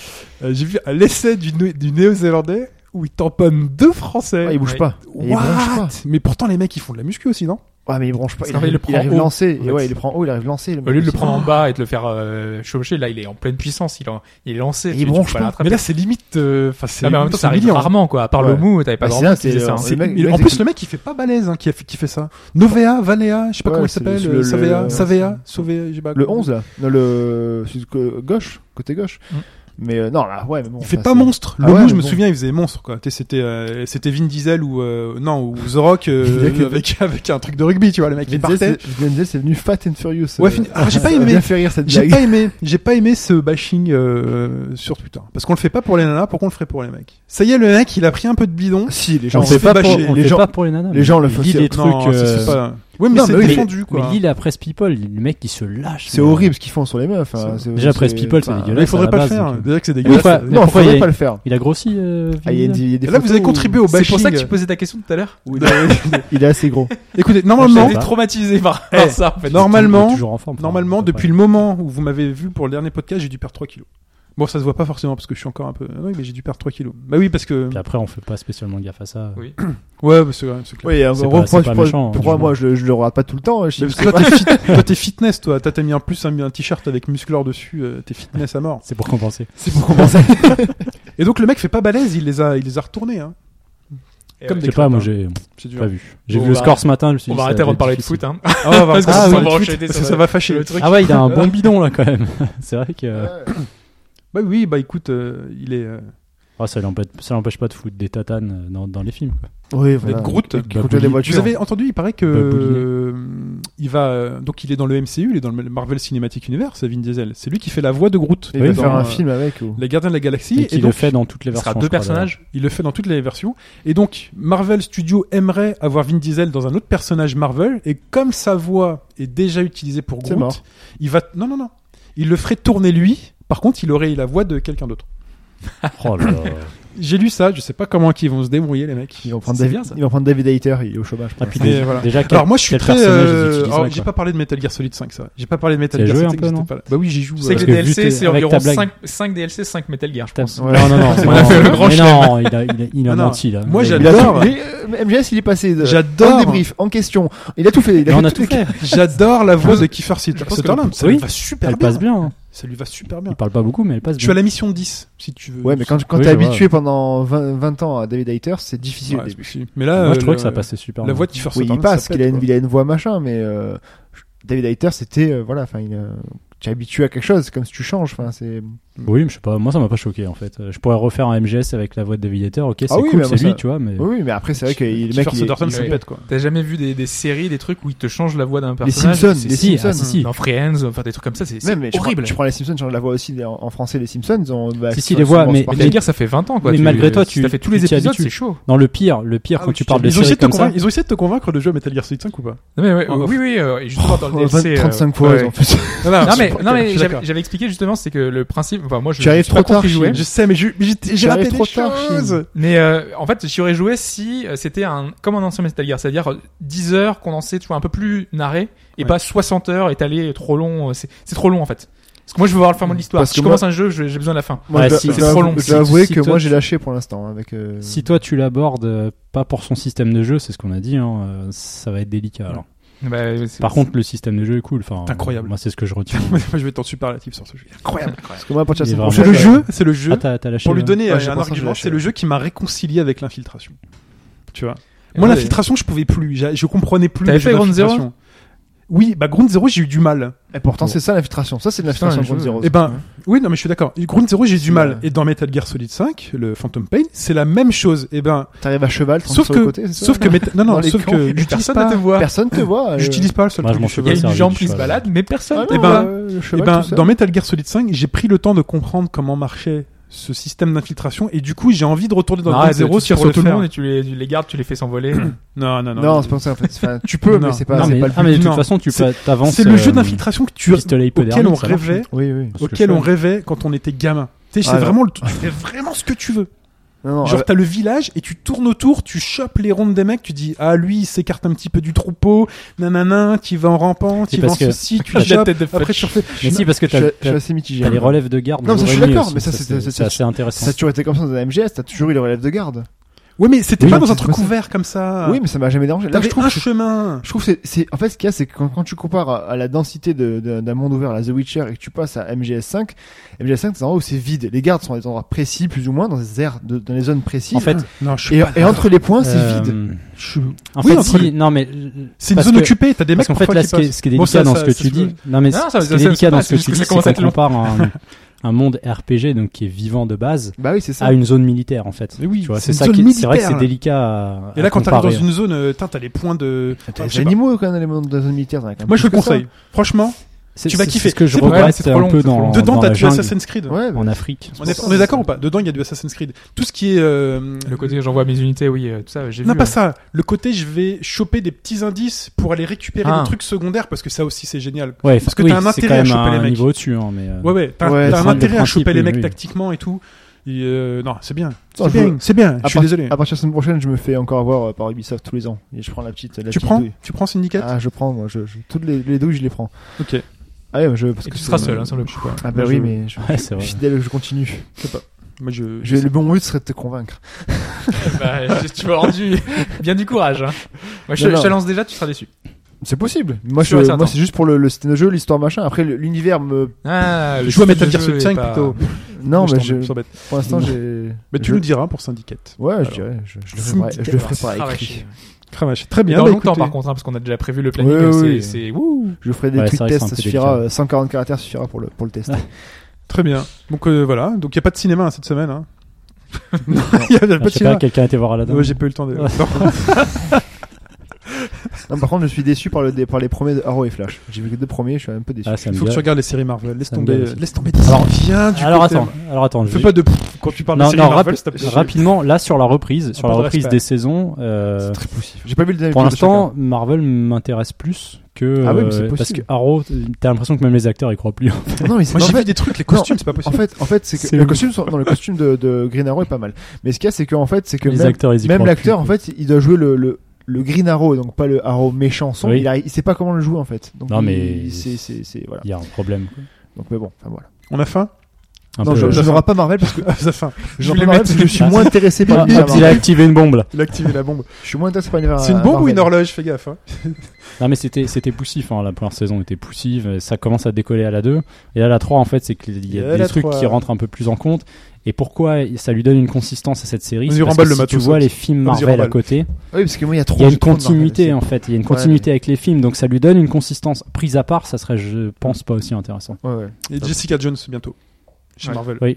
Speaker 4: Euh, j'ai vu euh, l'essai du, Né- du néo-zélandais où il tamponne deux français.
Speaker 2: Ah, il bouge
Speaker 1: Ouais.
Speaker 2: pas. Et Il
Speaker 4: What
Speaker 2: bronche pas.
Speaker 4: mais pourtant les mecs ils font de la muscu aussi, non
Speaker 2: Ouais, mais il bronche pas.
Speaker 1: Parce
Speaker 2: Il
Speaker 1: qu'en fait, il
Speaker 2: arrive,
Speaker 1: le
Speaker 2: il
Speaker 1: prend
Speaker 2: arrive
Speaker 1: haut,
Speaker 2: lancé.
Speaker 1: en
Speaker 2: Et
Speaker 1: fait.
Speaker 2: ouais, il le prend haut, il arrive lancé.
Speaker 1: Au lieu de le prendre en bas et de le faire euh, chevaucher, là il est en pleine puissance, il, en- il est lancé.
Speaker 2: Il
Speaker 1: tu- tu peux
Speaker 2: bronche
Speaker 1: pas
Speaker 2: pas.
Speaker 1: l'attraper.
Speaker 4: Mais là c'est limite, euh, enfin c'est
Speaker 1: Ah, mais en même temps,
Speaker 4: c'est
Speaker 1: ça arrive
Speaker 4: humiliant.
Speaker 1: rarement, quoi. À part le
Speaker 2: Ouais.
Speaker 1: mou, t'avais pas
Speaker 2: Bah,
Speaker 1: grand
Speaker 2: c'est
Speaker 1: monde
Speaker 2: ça,
Speaker 1: qui faisait
Speaker 2: c'est-
Speaker 1: ça.
Speaker 2: euh,
Speaker 1: hein.
Speaker 2: c'est-
Speaker 4: C'est-
Speaker 2: Le mec-
Speaker 4: mais
Speaker 2: le
Speaker 4: en
Speaker 2: mec,
Speaker 4: plus,
Speaker 2: c'est-
Speaker 4: le mec, il fait pas balèze, hein, qui, a fait, qui fait ça. Novea, Valea, je sais pas
Speaker 2: Ouais,
Speaker 4: comment il
Speaker 2: c'est
Speaker 4: s'appelle,
Speaker 2: le-
Speaker 4: euh,
Speaker 2: le-
Speaker 4: Savea,
Speaker 2: le-
Speaker 4: Savea, Sauvé, je sais pas.
Speaker 2: Le
Speaker 4: comment.
Speaker 2: 11 là, non, le sur le co- gauche, côté gauche.
Speaker 1: Mm.
Speaker 2: Mais euh, non là, ouais, mais bon.
Speaker 4: Il fait
Speaker 2: ça,
Speaker 4: pas
Speaker 2: c'est-
Speaker 4: monstre. Le
Speaker 2: Ah ouais,
Speaker 4: mou, je
Speaker 2: mais
Speaker 4: me
Speaker 2: bon.
Speaker 4: souviens, il faisait monstre, quoi. Tu sais, C'était, euh, c'était Vin Diesel ou, euh, non, ou The Rock, euh,
Speaker 2: Il faisait que-
Speaker 4: avec, avec un truc de rugby, tu vois, le mec, il
Speaker 2: Vin Diesel,
Speaker 4: partait.
Speaker 2: c'est- Vin Diesel, c'est venu Fat and Furious. euh,
Speaker 4: Ouais, fin- ah, j'ai pas
Speaker 2: ça m'a
Speaker 4: aimé.
Speaker 2: bien fait rire cette
Speaker 4: J'ai
Speaker 2: blague.
Speaker 4: pas aimé, j'ai pas aimé ce bashing, euh, sur Twitter. Parce qu'on le fait pas pour les nanas, pourquoi on le ferait pour les mecs? Ça y est, le mec, il a pris un peu de bidon.
Speaker 2: Si les
Speaker 3: On
Speaker 2: gens,
Speaker 4: se fait
Speaker 3: fait pas
Speaker 4: bâcher.
Speaker 3: pour- on le
Speaker 2: Les
Speaker 3: fait
Speaker 2: gens-
Speaker 3: pas pour les nanas.
Speaker 2: les
Speaker 3: mais
Speaker 2: gens le
Speaker 3: il
Speaker 2: font
Speaker 3: lit
Speaker 2: sur-
Speaker 3: des trucs.
Speaker 4: Non, ça,
Speaker 3: euh,
Speaker 4: c'est pas... Oui, mais
Speaker 2: Non,
Speaker 4: c'est
Speaker 2: mais oui, mais-
Speaker 4: défendu, quoi.
Speaker 3: Mais lit la presse People, le mec il se lâche.
Speaker 2: c'est
Speaker 3: mais- euh,
Speaker 2: horrible ce qu'ils font sur les meufs. hein,
Speaker 4: C'est-
Speaker 2: c'est-
Speaker 3: Déjà,
Speaker 2: c'est-
Speaker 3: Press People, c'est
Speaker 2: enfin,
Speaker 4: Là, il
Speaker 3: dégueulasse. à
Speaker 4: faudrait
Speaker 3: la
Speaker 4: pas le
Speaker 3: base,
Speaker 4: faire.
Speaker 2: euh.
Speaker 3: donc.
Speaker 4: Déjà que c'est
Speaker 2: Non,
Speaker 4: dégueulasse.
Speaker 3: fois-
Speaker 2: non,
Speaker 3: Pourquoi
Speaker 2: faudrait
Speaker 3: il-
Speaker 2: pas le faire.
Speaker 3: Il a grossi. euh,
Speaker 2: Ah, il y a
Speaker 3: Vin Diesel
Speaker 2: des- il y a des
Speaker 4: Là, vous
Speaker 2: photos
Speaker 4: avez
Speaker 2: où
Speaker 4: contribué au bashing.
Speaker 1: C'est pour ça que tu posais ta question tout à l'heure
Speaker 2: où il est- Il est assez gros.
Speaker 4: Écoutez,
Speaker 1: J'ai
Speaker 4: normalement,
Speaker 3: Je sais
Speaker 1: été
Speaker 3: pas.
Speaker 1: traumatisé par, par
Speaker 4: Eh,
Speaker 1: ça, en fait.
Speaker 4: normal- normalement-
Speaker 3: Il est toujours en forme,
Speaker 4: Normalement,
Speaker 3: enfin,
Speaker 4: depuis le moment où vous m'avez vu pour le dernier podcast, j'ai dû perdre 3 kilos. Bon, ça se voit pas forcément parce que je suis encore un peu. Oui, mais j'ai dû perdre 3 kilos. Bah oui, parce que.
Speaker 3: Puis après, on fait pas spécialement gaffe à ça.
Speaker 1: Oui.
Speaker 4: Ouais, bah, c'est ouais, c'est clair.
Speaker 2: Oui, en
Speaker 3: C'est
Speaker 2: gros,
Speaker 3: pas- c'est
Speaker 2: pourquoi-
Speaker 3: pas
Speaker 2: pourquoi-
Speaker 3: méchant,
Speaker 2: pourquoi
Speaker 3: hein,
Speaker 2: moi je je le regarde pas tout le temps je-
Speaker 4: Mais parce que toi, t'es fit- toi, t'es fitness, toi. Toi, T'as mis en plus un, un t-shirt avec musclor dessus. euh, t'es fitness à mort.
Speaker 3: C'est pour compenser.
Speaker 4: C'est pour compenser. Et donc, le mec fait pas balèze, il les a, il les a retournés. Hein.
Speaker 1: Et
Speaker 4: Comme
Speaker 1: ouais.
Speaker 3: Je sais
Speaker 4: des
Speaker 3: pas,
Speaker 4: crêpes,
Speaker 3: moi
Speaker 4: hein.
Speaker 3: j'ai
Speaker 4: C'est dur.
Speaker 3: pas vu. J'ai
Speaker 1: Bon, on
Speaker 3: vu le
Speaker 1: va-
Speaker 3: score ce matin, je me suis
Speaker 1: On
Speaker 3: dit,
Speaker 1: va
Speaker 3: ça
Speaker 1: arrêter avant
Speaker 3: va
Speaker 1: de parler
Speaker 3: être
Speaker 1: de foot,
Speaker 3: difficile.
Speaker 1: hein.
Speaker 4: Ah, on va
Speaker 1: Parce que
Speaker 4: voir.
Speaker 1: ça,
Speaker 4: Ah,
Speaker 1: on va
Speaker 4: oui,
Speaker 1: enchaîner,
Speaker 4: tweet,
Speaker 1: ça
Speaker 4: ça,
Speaker 1: va-
Speaker 4: ça va fâcher.
Speaker 1: Le truc.
Speaker 3: Ah ouais, il a un bon bidon là quand même. C'est vrai que. euh,
Speaker 4: Bah oui, bah écoute, euh, il est. euh,
Speaker 3: Ah, ça l'empêche ça l'empêche pas de foutre des tatanes euh, dans, dans les films. quoi.
Speaker 2: Oui,
Speaker 4: Vous
Speaker 2: voilà.
Speaker 4: êtes Groot.
Speaker 2: Qui contrôle
Speaker 3: Bah,
Speaker 2: les
Speaker 3: vous-
Speaker 4: Vous
Speaker 2: voitures.
Speaker 4: avez entendu, il paraît que
Speaker 3: Bah, Boulinet.
Speaker 4: euh, il va euh, donc il est dans le MCU, il est dans le Marvel Cinematic Universe, Vin Diesel. C'est lui qui fait la voix de Groot.
Speaker 2: Il va
Speaker 3: Oui,
Speaker 2: faire
Speaker 4: dans,
Speaker 2: un
Speaker 4: euh,
Speaker 2: film avec. ou-
Speaker 4: Les Gardiens de la Galaxie.
Speaker 3: Et qui le
Speaker 4: donc,
Speaker 3: fait dans toutes les
Speaker 1: Ce
Speaker 3: versions.
Speaker 1: sera
Speaker 3: je
Speaker 1: deux
Speaker 3: crois,
Speaker 1: personnages.
Speaker 4: il le fait dans toutes les versions. Et donc, Marvel Studios aimerait avoir Vin Diesel dans un autre personnage Marvel. Et comme sa voix est déjà utilisée pour
Speaker 2: C'est
Speaker 4: Groot,
Speaker 2: mort.
Speaker 4: il va. Non, non, non. Il le ferait tourner lui. Par contre, il aurait la voix de quelqu'un d'autre.
Speaker 3: d'ailleurs. Oh là là.
Speaker 4: j'ai lu ça, je sais pas comment ils vont se débrouiller les mecs.
Speaker 2: Ils vont prendre
Speaker 4: C'est
Speaker 2: David,
Speaker 4: bien ça.
Speaker 2: ils vont prendre David Hayter, il est au chômage. pour
Speaker 3: Ah, puis
Speaker 2: l'instant.
Speaker 4: Mais
Speaker 3: déjà,
Speaker 4: voilà.
Speaker 3: déjà, quel-
Speaker 4: Alors moi je suis
Speaker 3: quel
Speaker 4: très.
Speaker 3: personnage ils
Speaker 4: euh,
Speaker 3: utiliseraient,
Speaker 4: alors, j'ai
Speaker 3: quoi.
Speaker 4: pas parlé de Metal Gear Solid 5 ça. J'ai pas parlé de Metal
Speaker 3: T'as
Speaker 4: Gear
Speaker 3: joué
Speaker 4: Solid
Speaker 3: un peu,
Speaker 4: 5,
Speaker 3: non
Speaker 4: j'étais pas là. Bah oui j'y joue.
Speaker 1: Tu sais
Speaker 4: euh,
Speaker 1: que
Speaker 3: Parce
Speaker 1: les
Speaker 3: que vu
Speaker 1: DLC,
Speaker 3: tes-
Speaker 1: c'est
Speaker 3: avec
Speaker 1: environ
Speaker 3: ta blague.
Speaker 1: 5, DLC, 5 Metal Gear, je
Speaker 3: T'as-
Speaker 1: pense.
Speaker 2: Ouais.
Speaker 3: Non, non, non.
Speaker 1: On a
Speaker 3: non,
Speaker 1: fait le
Speaker 3: mais
Speaker 1: grand chelem.
Speaker 3: non, il a, il a, il a
Speaker 4: Non, non.
Speaker 3: menti, là.
Speaker 4: Moi,
Speaker 3: Il a-
Speaker 2: Il a
Speaker 4: J'adore.
Speaker 2: tout- mais, euh, MGS, il est passé. de-
Speaker 4: J'adore.
Speaker 2: dans le débrief, en question. Il a tout fait. Il
Speaker 3: Mais
Speaker 2: a
Speaker 3: on
Speaker 2: fait
Speaker 3: a
Speaker 2: toutes
Speaker 3: tout
Speaker 2: les
Speaker 3: fait.
Speaker 4: J'adore la voix de Kiefer Suther-
Speaker 1: pense que-
Speaker 4: Sutherland. Ça
Speaker 3: oui,
Speaker 4: lui va super
Speaker 3: Elle
Speaker 4: bien.
Speaker 3: passe bien. hein.
Speaker 4: Ça lui va super bien.
Speaker 3: Il parle pas beaucoup, mais elle passe
Speaker 4: Je suis à
Speaker 3: bien.
Speaker 4: la mission 10 si tu veux.
Speaker 2: Ouais, mais quand, quand
Speaker 3: Oui,
Speaker 2: t'es
Speaker 3: je vois.
Speaker 2: habitué pendant 20, 20 ans à David Hayter, c'est difficile
Speaker 4: Ouais,
Speaker 2: au début.
Speaker 4: si. Mais là
Speaker 3: Moi,
Speaker 4: euh,
Speaker 3: je trouvais que
Speaker 4: le-
Speaker 3: ça passait super
Speaker 4: La
Speaker 3: bien.
Speaker 4: voix de Kiefer
Speaker 2: Oui, il
Speaker 4: Sutherland,
Speaker 2: passe,
Speaker 4: ça
Speaker 2: qu'il a
Speaker 4: pète,
Speaker 2: une,
Speaker 4: quoi.
Speaker 2: il a une voix machin, mais euh, David Hayter, c'était euh, voilà, enfin, il, euh, t'es habitué à quelque chose, c'est comme si tu changes, enfin, c'est.
Speaker 3: Oui, mais je sais pas. Moi, ça m'a pas choqué, en fait. Euh, Je pourrais refaire un MGS avec la voix de David Hayter. Ok, c'est
Speaker 2: oui,
Speaker 3: cool,
Speaker 2: mais
Speaker 3: c'est
Speaker 2: ça-
Speaker 3: lui, tu vois, mais.
Speaker 2: Oui, oui, mais après, c'est vrai que il- le mec,
Speaker 4: Kiefer
Speaker 2: il, il-
Speaker 4: Sutherland ça
Speaker 1: il-
Speaker 4: pète quoi.
Speaker 1: T'as jamais vu des, des séries, des trucs où ils te changent la voix d'un
Speaker 2: les
Speaker 1: personnage
Speaker 2: Simpsons,
Speaker 1: c'est-
Speaker 2: les
Speaker 3: si,
Speaker 2: Simpsons.
Speaker 3: ah, si, si.
Speaker 1: Dans Friends, enfin des trucs comme ça, c'est c'est
Speaker 2: Même, mais tu
Speaker 1: horrible.
Speaker 2: prends, tu prends les Simpsons, change la voix aussi en, en français, les Simpsons. On, bah,
Speaker 3: Si, si,
Speaker 2: ils
Speaker 3: les
Speaker 2: sont
Speaker 3: voix,
Speaker 2: souvent
Speaker 3: mais-
Speaker 2: sportifs.
Speaker 1: Mais dire, ça fait 20 ans quoi.
Speaker 3: Mais malgré toi, tu-
Speaker 1: as fait tous
Speaker 3: tu
Speaker 1: les
Speaker 3: t'y
Speaker 1: épisodes,
Speaker 3: habitues.
Speaker 1: c'est chaud.
Speaker 3: Non, le pire, le pire,
Speaker 4: Ah
Speaker 3: quand
Speaker 4: oui,
Speaker 3: tu
Speaker 4: je
Speaker 3: parles
Speaker 4: te-
Speaker 3: de
Speaker 4: ils ont
Speaker 3: séries
Speaker 4: essayé de te
Speaker 3: comme ça.
Speaker 4: convaincre- ils ont essayé de te convaincre de jouer à Metal Gear Solid 5 ou pas
Speaker 1: Non, mais, ouais,
Speaker 4: Oh,
Speaker 1: oui, oui, euh, et justement dans le
Speaker 2: Oh,
Speaker 1: DLC.
Speaker 2: 35 fois, ils ont fait ça.
Speaker 1: Non, mais,
Speaker 4: je supporte,
Speaker 1: non,
Speaker 4: je
Speaker 1: mais
Speaker 4: suis
Speaker 1: j'avais
Speaker 4: d'accord.
Speaker 1: j'avais expliqué justement, c'est que le principe. Enfin, moi, je.
Speaker 2: Tu arrives
Speaker 1: j'ai pas
Speaker 2: trop tard,
Speaker 1: compris jouer.
Speaker 2: Chine.
Speaker 4: Je sais, mais je- mais j'ai j'ai
Speaker 2: J'arrive
Speaker 4: raté des
Speaker 2: trop tard,
Speaker 4: choses.
Speaker 2: Chine.
Speaker 1: Mais euh, en fait, j'y aurais joué si euh, c'était un comme un ancien Metal Gear, c'est-à-dire euh, 10 heures condensées, tu vois, un peu plus narré, et
Speaker 4: Ouais.
Speaker 1: pas 60 heures étalées trop long. euh, C'est c'est trop long en fait. Parce que moi, je veux voir le
Speaker 3: Mm.
Speaker 1: fin de l'histoire.
Speaker 2: Parce
Speaker 1: Si
Speaker 2: que
Speaker 1: je commence un jeu, je- j'ai besoin de la fin.
Speaker 2: Moi,
Speaker 3: Ouais,
Speaker 2: je dois-
Speaker 3: si,
Speaker 2: je
Speaker 1: c'est
Speaker 2: dois
Speaker 1: trop
Speaker 2: avou-
Speaker 1: long.
Speaker 2: Je dois
Speaker 3: Si-
Speaker 2: avouer
Speaker 3: si
Speaker 2: que
Speaker 3: toi,
Speaker 2: moi,
Speaker 3: tu-
Speaker 2: j'ai lâché pour l'instant avec. euh,
Speaker 3: Si toi, tu l'abordes euh, pas pour son système de jeu, c'est ce qu'on a dit, hein, euh, ça va être délicat. Alors.
Speaker 1: Bah, euh, c'est-
Speaker 3: Par contre, le système de jeu est cool. Enfin,
Speaker 4: C'est incroyable.
Speaker 3: Moi, c'est ce que je retiens.
Speaker 4: Moi, je vais être en superlatif sur ce jeu. Incroyable.
Speaker 2: Parce que moi, à partir de
Speaker 3: Il est
Speaker 2: la
Speaker 3: vraiment-
Speaker 2: semaine
Speaker 4: C'est le
Speaker 2: prochaine,
Speaker 4: jeu, c'est le jeu.
Speaker 3: Ah, t'as t'as lâché.
Speaker 4: Pour lui
Speaker 3: le-
Speaker 4: donner
Speaker 2: Ouais,
Speaker 4: euh,
Speaker 2: c'est
Speaker 4: un
Speaker 2: pour ça que je l'ai
Speaker 4: argument,
Speaker 2: acheté,
Speaker 4: c'est le jeu qui m'a réconcilié avec l'infiltration. Tu vois.
Speaker 1: Et
Speaker 4: Moi,
Speaker 1: ouais,
Speaker 4: l'infiltration, je pouvais plus. J'a- Je comprenais plus.
Speaker 1: T'avais
Speaker 4: les jeux
Speaker 1: fait Ground Zero
Speaker 4: d'infiltration. Oui, bah Ground Zero, j'ai eu du mal.
Speaker 2: Et pourtant, c'est ça l'infiltration. Ça, c'est de l'infiltration
Speaker 1: Putain,
Speaker 2: contre
Speaker 1: je-
Speaker 2: Zero.
Speaker 4: Eh ben, oui, non, mais je suis d'accord. Ground Zero, j'ai du mal.
Speaker 2: Ouais.
Speaker 4: Et dans Metal Gear Solid 5, le Phantom Pain, c'est la même chose. Eh ben,
Speaker 2: T'arrives à cheval, t'en
Speaker 4: sauf
Speaker 2: sur le
Speaker 4: que,
Speaker 2: côté, c'est ça
Speaker 4: sauf que, Meta- non,
Speaker 2: Dans
Speaker 4: non,
Speaker 2: les
Speaker 4: sauf
Speaker 2: camps,
Speaker 4: que, j'utilise
Speaker 1: personne ne te
Speaker 4: pas,
Speaker 1: voit.
Speaker 2: Personne te voit. euh,
Speaker 4: j'utilise pas le seul
Speaker 3: Moi, je
Speaker 4: truc
Speaker 3: m'en
Speaker 4: du
Speaker 3: fous
Speaker 1: Il y a
Speaker 4: cheval.
Speaker 3: pas,
Speaker 1: une
Speaker 3: servi
Speaker 1: jambe
Speaker 3: du
Speaker 1: qui se
Speaker 3: cheval.
Speaker 1: balade, mais personne.
Speaker 2: Ah
Speaker 1: Eh
Speaker 2: non,
Speaker 1: ben,
Speaker 2: euh, le
Speaker 4: Eh
Speaker 2: cheval
Speaker 4: ben,
Speaker 2: tout seul.
Speaker 4: dans Metal Gear Solid 5, j'ai pris le temps de comprendre comment marchait ce système d'infiltration et du coup, j'ai envie de retourner dans Ground
Speaker 1: arrête,
Speaker 4: Zero
Speaker 1: tu tires
Speaker 4: pour
Speaker 1: sur tout le
Speaker 4: faire.
Speaker 1: monde et tu les, tu les gardes, tu les fais s'envoler.
Speaker 4: Non, non, non.
Speaker 2: Non, c'est pas ça en fait. Enfin, tu peux, mais
Speaker 4: Non.
Speaker 2: c'est pas,
Speaker 3: Non,
Speaker 2: c'est
Speaker 3: mais,
Speaker 2: pas le
Speaker 3: ah, mais de
Speaker 4: Non.
Speaker 3: toute façon, tu
Speaker 4: C'est-
Speaker 3: t'avances.
Speaker 4: C'est le jeu
Speaker 3: euh,
Speaker 4: d'infiltration que tu
Speaker 3: pistolet
Speaker 4: auquel
Speaker 3: hypodermique,
Speaker 4: on
Speaker 3: ça marche.
Speaker 4: rêvait,
Speaker 2: Oui, oui.
Speaker 3: Parce que
Speaker 4: auquel
Speaker 3: je
Speaker 4: on
Speaker 3: fais.
Speaker 4: rêvait quand on était gamin. Tu sais,
Speaker 2: Ah,
Speaker 4: c'est
Speaker 2: ouais.
Speaker 4: vraiment le- tu fais vraiment ce que tu veux.
Speaker 2: Non, non,
Speaker 4: Genre, t'as le village et tu tournes autour, tu chopes les rondes des mecs, tu dis, ah, lui, il s'écarte un petit peu du troupeau, nanana, tu vas en rampant, tu
Speaker 3: C'est
Speaker 4: vas en
Speaker 3: parce que-
Speaker 4: ceci, tu
Speaker 1: La
Speaker 4: chopes,
Speaker 1: tête de
Speaker 4: après
Speaker 1: Fudge.
Speaker 4: tu refais.
Speaker 3: Mais si, parce que
Speaker 2: je,
Speaker 3: t'as
Speaker 2: suis- je suis
Speaker 3: t'as-
Speaker 2: assez mitigé.
Speaker 3: t'as les relèves de garde.
Speaker 2: Non, mais ça,
Speaker 3: jour
Speaker 2: je suis
Speaker 3: et nuit
Speaker 2: d'accord,
Speaker 3: aussi,
Speaker 2: mais ça, c'est- c'est-
Speaker 3: c'est assez intéressant.
Speaker 2: Ça a toujours été comme ça dans un MGS, t'as toujours eu le relève de garde.
Speaker 4: Ouais, mais c'était
Speaker 2: Oui,
Speaker 4: pas
Speaker 2: non,
Speaker 4: dans un
Speaker 2: c'est
Speaker 4: truc
Speaker 2: possible.
Speaker 4: ouvert comme ça.
Speaker 2: Oui, mais ça m'a jamais dérangé. Là,
Speaker 4: Ah. T'avais
Speaker 2: je trouve,
Speaker 4: un
Speaker 2: que-
Speaker 4: chemin.
Speaker 2: je trouve que c'est, c'est- en fait, ce qu'il y a, c'est que quand, quand tu compares à, à la densité de- de- d'un monde ouvert, à la The Witcher, et que tu passes à MGS5, MGS5, c'est un endroit où c'est vide. Les gardes sont à des endroits précis, plus ou moins, dans des aires, de- dans des zones précises.
Speaker 3: En fait,
Speaker 4: Non, je suis
Speaker 2: et,
Speaker 4: pas
Speaker 2: et entre les points, c'est
Speaker 3: euh,
Speaker 2: vide.
Speaker 4: Je-
Speaker 3: En
Speaker 4: Oui,
Speaker 3: fait,
Speaker 4: entre
Speaker 3: si-
Speaker 4: les-
Speaker 3: non, mais.
Speaker 4: C'est une
Speaker 3: parce
Speaker 4: zone
Speaker 3: que-
Speaker 4: occupée, t'as des mecs
Speaker 3: Parce qu'en fait,
Speaker 4: parfois
Speaker 3: là,
Speaker 4: qui
Speaker 3: ce qui est,
Speaker 4: passent.
Speaker 3: ce qui est
Speaker 4: Bon,
Speaker 3: délicat
Speaker 4: ça,
Speaker 3: dans
Speaker 4: ça,
Speaker 3: ce que
Speaker 4: ça
Speaker 3: tu
Speaker 4: se
Speaker 3: dis,
Speaker 4: peut.
Speaker 3: non mais
Speaker 1: Non,
Speaker 3: ce-
Speaker 1: ça-
Speaker 3: ce qui
Speaker 1: ça-
Speaker 3: est
Speaker 1: ça-
Speaker 3: délicat dans
Speaker 1: ouais,
Speaker 3: ce que
Speaker 1: c'est
Speaker 3: tu
Speaker 1: juste
Speaker 3: dis,
Speaker 1: que ça
Speaker 3: c'est
Speaker 1: commence à
Speaker 3: qu'on
Speaker 1: être long.
Speaker 3: compare un, un monde RPG donc qui est vivant de base
Speaker 2: Bah oui, c'est ça.
Speaker 3: à une zone militaire en fait.
Speaker 4: Mais oui,
Speaker 3: Tu vois,
Speaker 4: c'est
Speaker 3: c'est
Speaker 4: une
Speaker 3: ça
Speaker 4: zone
Speaker 3: qui, est- c'est vrai que
Speaker 4: militaire,
Speaker 3: c'est
Speaker 4: là.
Speaker 3: délicat. À,
Speaker 4: Et là,
Speaker 3: à
Speaker 4: quand t'arrives dans
Speaker 3: comparer.
Speaker 4: une zone, euh, tain, t'as les points de.
Speaker 2: T'as
Speaker 4: Ah, je
Speaker 2: des
Speaker 4: sais pas.
Speaker 2: animaux, quand même, dans les dans les zones militaires. t'en as quand même
Speaker 4: Moi, je te
Speaker 2: plus que ça.
Speaker 4: conseille. Franchement,
Speaker 3: C'est-
Speaker 4: tu vas
Speaker 3: c'est
Speaker 4: kiffer.
Speaker 3: Ce que je
Speaker 1: C'est pour- ouais,
Speaker 3: regrette
Speaker 1: c'est trop
Speaker 3: un
Speaker 1: long,
Speaker 3: peu
Speaker 1: c'est trop
Speaker 3: dans
Speaker 1: long.
Speaker 4: dedans,
Speaker 3: dans
Speaker 4: t'as
Speaker 3: la
Speaker 4: du
Speaker 3: jungle,
Speaker 4: Assassin's Creed.
Speaker 2: Ouais, bah,
Speaker 3: en Afrique.
Speaker 4: On est, on est d'accord ou pas Dedans, il y a du Assassin's Creed. Tout ce qui est. euh,
Speaker 1: Le côté, j'envoie mes unités, oui, euh, tout ça, j'ai vu.
Speaker 4: Non,
Speaker 1: euh,
Speaker 4: pas ça. Le côté, je vais choper des petits indices pour aller récupérer
Speaker 1: Ah.
Speaker 4: des trucs secondaires parce que ça aussi, c'est génial.
Speaker 3: Ouais,
Speaker 4: Parce que
Speaker 3: oui,
Speaker 4: t'as un
Speaker 3: c'est
Speaker 4: intérêt
Speaker 3: quand
Speaker 4: à
Speaker 3: même
Speaker 4: choper les
Speaker 3: un
Speaker 4: mecs.
Speaker 3: niveau dessus, hein, mais. euh,
Speaker 4: Ouais, ouais. T'as
Speaker 2: Ouais,
Speaker 4: t'as
Speaker 2: c'est
Speaker 4: un
Speaker 2: le
Speaker 4: intérêt à
Speaker 3: principe,
Speaker 4: choper les
Speaker 3: oui,
Speaker 4: mecs
Speaker 3: oui.
Speaker 4: tactiquement et tout. Et, euh, non, c'est bien.
Speaker 2: Attends,
Speaker 4: C'est
Speaker 2: je-
Speaker 4: bien. C'est bien.
Speaker 2: à
Speaker 4: Je suis
Speaker 2: part-
Speaker 4: désolé.
Speaker 2: À partir de la semaine prochaine, je me fais encore avoir euh, par Ubisoft tous les ans. Et je prends la petite. La
Speaker 4: Tu
Speaker 2: petite
Speaker 4: prends
Speaker 2: douille.
Speaker 4: Tu prends Syndicate
Speaker 2: Ah, je prends, moi. Je, je- toutes les, les douilles, je les prends.
Speaker 4: Ok.
Speaker 2: Ah, ouais, je, parce
Speaker 1: Et
Speaker 2: que
Speaker 1: tu
Speaker 2: c'est-
Speaker 1: seras seul, hein, sur le coup.
Speaker 2: Ah, bah
Speaker 4: Moi,
Speaker 2: oui,
Speaker 4: je-
Speaker 2: mais je,
Speaker 3: Ouais, c'est
Speaker 2: je
Speaker 3: vrai.
Speaker 2: suis fidèle, je continue.
Speaker 4: Moi, je.
Speaker 2: Je- le bon but serait de te convaincre.
Speaker 1: Bah, tu m'as rendu bien du courage. hein. Moi, je,
Speaker 2: Non, non.
Speaker 1: je te lance déjà, tu seras déçu.
Speaker 2: C'est possible. Moi,
Speaker 1: Sûr
Speaker 2: je,
Speaker 1: et certain.
Speaker 2: moi c'est juste pour le, le système de jeu, l'histoire, machin. Après, le- l'univers me.
Speaker 1: Ah,
Speaker 4: Je joue à
Speaker 1: système
Speaker 4: Metal
Speaker 1: de
Speaker 4: Gear
Speaker 1: jeu
Speaker 4: Solid
Speaker 1: est
Speaker 4: 5
Speaker 1: pas-
Speaker 4: plutôt.
Speaker 2: Non,
Speaker 4: Je
Speaker 2: mais
Speaker 4: t'embête,
Speaker 2: je-
Speaker 4: je t'embête.
Speaker 2: pour l'instant, j'ai.
Speaker 4: Mais tu
Speaker 2: je-
Speaker 4: nous diras pour Syndicate.
Speaker 2: Ouais, je
Speaker 4: Alors.
Speaker 2: dirais. Je, je le ferai
Speaker 4: Syndicate.
Speaker 2: par- je le ferai par écrit.
Speaker 1: Cravaché.
Speaker 4: Cravache. Très
Speaker 1: Mais
Speaker 4: bien.
Speaker 1: dans
Speaker 4: bah,
Speaker 1: longtemps
Speaker 4: écoutez.
Speaker 1: par contre, hein, parce qu'on a déjà prévu le planning.
Speaker 2: Ouais,
Speaker 1: euh,
Speaker 2: ouais.
Speaker 1: c'est- C'est wouh.
Speaker 2: Je ferai des
Speaker 3: Ouais,
Speaker 2: tweets
Speaker 3: c'est vrai que
Speaker 2: tests,
Speaker 3: c'est
Speaker 2: ça
Speaker 3: un peu
Speaker 2: suffira.
Speaker 3: délicat.
Speaker 2: euh, 140 caractères suffira pour le, pour le test.
Speaker 4: Très bien. Donc euh, voilà. Donc il n'y a pas de cinéma hein, cette semaine. Hein. Il n'y a, y a
Speaker 3: Ah,
Speaker 4: pas
Speaker 3: Je
Speaker 4: de
Speaker 3: sais pas,
Speaker 4: cinéma.
Speaker 3: quelqu'un a été voir Aladdin.
Speaker 4: Ouais, J'ai pas eu le temps de.
Speaker 3: Ouais.
Speaker 4: Non.
Speaker 2: Non, par contre, je suis déçu par, le, dé- par les premiers de Arrow et Flash. J'ai vu les deux premiers, je suis un peu déçu.
Speaker 3: Ah, ça
Speaker 4: Il
Speaker 3: me
Speaker 4: faut que
Speaker 3: dirait-
Speaker 4: tu regardes les séries Marvel. Laisse
Speaker 3: Ça me
Speaker 4: tomber,
Speaker 3: dirait-
Speaker 4: laisse tomber. Disney.
Speaker 3: Alors-
Speaker 4: viens du
Speaker 3: Alors
Speaker 4: côté-
Speaker 3: attends, alors attends, je
Speaker 4: Fais
Speaker 3: vais-
Speaker 4: pas de pfff quand tu parles de
Speaker 3: non,
Speaker 4: séries
Speaker 3: non,
Speaker 4: Marvel.
Speaker 3: rap-
Speaker 4: s'il te plaît.
Speaker 3: rapidement, là sur la reprise, sur
Speaker 4: peu
Speaker 3: la
Speaker 4: de
Speaker 3: reprise
Speaker 4: respect.
Speaker 3: des saisons, euh,
Speaker 4: C'est très poussif.
Speaker 2: J'ai pas vu le dernier
Speaker 3: pour
Speaker 2: épisode de
Speaker 3: l'instant, Marvel m'intéresse plus que
Speaker 2: Ah oui, mais c'est
Speaker 3: euh, parce que
Speaker 2: possible.
Speaker 3: Arrow, t'as l'impression que même les acteurs y croient plus. hein.
Speaker 2: chacun. Non, mais c'est
Speaker 4: Moi, j'ai
Speaker 2: en fait-
Speaker 4: vu des trucs, les
Speaker 2: non,
Speaker 4: costumes, c'est pas
Speaker 2: En
Speaker 4: possible.
Speaker 2: fait, en fait, c'est
Speaker 3: C'est
Speaker 2: que le
Speaker 3: ouf.
Speaker 2: costume, sont- non, le costume de, de Green Arrow est pas mal. Mais ce qu'il y a, c'est que en fait, c'est que
Speaker 3: les
Speaker 2: même,
Speaker 3: acteurs ils y
Speaker 2: même
Speaker 3: croient
Speaker 2: l'acteur, en
Speaker 3: plus.
Speaker 2: fait, il doit jouer le, le, le Green Arrow, donc pas le Arrow méchant sombre.
Speaker 3: Oui.
Speaker 2: Il, arrive- il sait pas comment le jouer en fait. Donc,
Speaker 3: Non,
Speaker 2: il-
Speaker 3: mais-
Speaker 2: c'est, c'est, c'est- voilà.
Speaker 3: Il y a un problème. quoi.
Speaker 2: Donc, mais bon, enfin,
Speaker 3: Ah.
Speaker 2: voilà.
Speaker 4: On a faim
Speaker 3: Un
Speaker 2: Non,
Speaker 3: peu,
Speaker 2: je,
Speaker 3: euh,
Speaker 2: je
Speaker 4: euh,
Speaker 2: n'aurai pas Marvel parce que
Speaker 4: Ah, Ça a faim.
Speaker 2: je, n'aurai pas
Speaker 4: voulais
Speaker 2: Marvel
Speaker 4: mettre
Speaker 2: parce que je suis
Speaker 3: le-
Speaker 2: moins intéressé par
Speaker 3: hop,
Speaker 2: l'univers
Speaker 3: il a
Speaker 2: Marvel.
Speaker 3: activé une bombe là.
Speaker 4: Il a activé la bombe.
Speaker 2: Je suis moins intéressé par l'univers euh,
Speaker 4: C'est une bombe ou
Speaker 2: Ah, Marvel.
Speaker 4: une horloge Fais gaffe. hein.
Speaker 3: Non mais c'était c'était poussif hein, la première saison était poussive, euh, ça commence à décoller à la 2 et à la 3 en fait c'est qu'il y
Speaker 4: Et
Speaker 3: a
Speaker 4: à
Speaker 3: des
Speaker 4: la
Speaker 3: trucs
Speaker 4: 3,
Speaker 3: qui
Speaker 4: ouais.
Speaker 3: rentrent un peu plus en compte et pourquoi ça lui donne une consistance à cette série
Speaker 4: Vas-y,
Speaker 3: c'est parce que
Speaker 4: remballe le
Speaker 3: si tu
Speaker 4: matos,
Speaker 3: vois
Speaker 4: ça.
Speaker 3: les films
Speaker 4: Vas-y,
Speaker 3: Marvel à
Speaker 4: remballe.
Speaker 3: côté,
Speaker 2: Oui, parce que moi, il y a trop
Speaker 3: il y a
Speaker 2: de
Speaker 3: une
Speaker 2: trop de Marvel,
Speaker 3: continuité hein.
Speaker 2: c'est-
Speaker 3: en fait, il y a une continuité avec les films donc ça lui donne une consistance prise à part, ça serait je pense pas aussi intéressant.
Speaker 2: Ouais, ouais.
Speaker 4: Et Jessica Jones bientôt. Chez
Speaker 2: Ouais.
Speaker 4: Marvel.
Speaker 3: Ouais.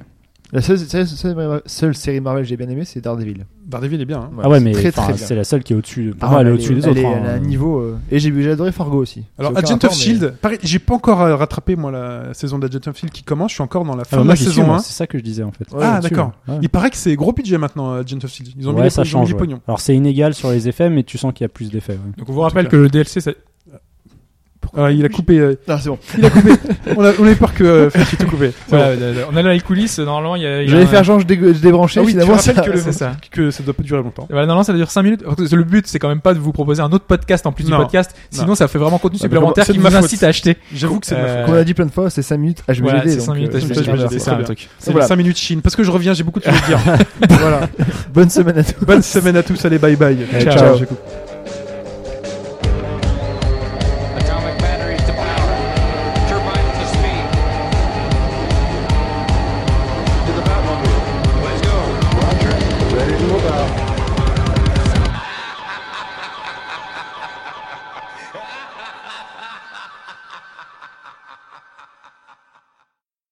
Speaker 2: La seule, seule- seule- seule série Marvel que j'ai bien aimée, c'est Daredevil.
Speaker 4: Daredevil est bien. hein.
Speaker 3: ah ouais
Speaker 2: c'est
Speaker 3: mais
Speaker 2: très,
Speaker 3: enfin,
Speaker 2: très bien.
Speaker 3: c'est la seule qui est au-dessus pour
Speaker 2: Ah,
Speaker 3: moi, elle est
Speaker 2: elle
Speaker 3: au-dessus
Speaker 2: est-
Speaker 3: des
Speaker 2: elle
Speaker 3: autres.
Speaker 2: est-
Speaker 3: hein.
Speaker 2: Elle a un niveau. euh, Et j'ai j'ai adoré Fargo aussi.
Speaker 4: Alors
Speaker 2: C'est aucun
Speaker 4: Agent
Speaker 2: rapport,
Speaker 4: of
Speaker 2: mais-
Speaker 4: Shield, E pareil, j'ai pas encore euh, rattrapé moi la saison d'Agent of Shield E qui commence, je suis encore dans la
Speaker 3: Ah,
Speaker 4: fin
Speaker 3: bah,
Speaker 4: de
Speaker 3: moi,
Speaker 4: la
Speaker 3: j'y suis,
Speaker 4: saison
Speaker 3: moi,
Speaker 4: 1.
Speaker 3: c'est ça que je disais en fait.
Speaker 4: Ah,
Speaker 3: Ouais, j'y suis,
Speaker 4: d'accord.
Speaker 3: ouais.
Speaker 4: Il paraît que c'est gros budget maintenant Agent of Shield. E Ils ont mis
Speaker 3: Ouais,
Speaker 4: les
Speaker 3: ça
Speaker 4: ils ont mis
Speaker 3: change.
Speaker 4: les
Speaker 3: ouais.
Speaker 4: pognons.
Speaker 3: Alors c'est inégal sur les effets mais tu sens qu'il y a plus d'effets. ouais.
Speaker 1: Donc on vous
Speaker 4: En
Speaker 1: rappelle
Speaker 4: tout
Speaker 1: que le DLC, ça-
Speaker 4: Ah, il a coupé euh,
Speaker 2: Ah, c'est bon.
Speaker 4: on a on a eu peur que euh, Fetch ait tout coupé. C'est
Speaker 1: voilà, euh, euh, on allait dans les coulisses. Normalement, il y a. il y a
Speaker 2: J'allais
Speaker 1: un-
Speaker 2: faire genre, je, dé- je débranchais.
Speaker 4: Ah oui, tu
Speaker 2: finalement,
Speaker 4: rappelles
Speaker 2: ça-
Speaker 4: que
Speaker 1: que
Speaker 4: le-
Speaker 1: le- c'est ça.
Speaker 4: bon. Que ça doit pas durer longtemps.
Speaker 1: Voilà, normalement, ça dure 5 minutes. Parce que Le but, c'est quand même pas de vous proposer un autre podcast en plus
Speaker 4: Non. Ah,
Speaker 1: du podcast. Sinon, ça fait vraiment contenu
Speaker 2: mais
Speaker 1: supplémentaire
Speaker 4: c'est
Speaker 1: qui
Speaker 4: de ma
Speaker 1: vous
Speaker 4: faute.
Speaker 1: incite à acheter.
Speaker 4: J'avoue que c'est de ma faute.
Speaker 1: Euh,
Speaker 2: Qu'on a dit plein de fois, c'est 5 minutes HBGD.
Speaker 1: Voilà, c'est
Speaker 2: donc,
Speaker 1: 5 minutes
Speaker 2: euh,
Speaker 1: à acheter.
Speaker 4: c'est
Speaker 1: Voilà, C'est
Speaker 4: bien.
Speaker 1: ça le truc.
Speaker 4: C'est
Speaker 2: voilà.
Speaker 4: 5 minutes Chine parce que je reviens, j'ai beaucoup de choses à dire.
Speaker 2: Voilà. Bonne semaine à tous.
Speaker 4: Bonne semaine à tous, allez bye bye.
Speaker 2: ciao.
Speaker 4: je coupe.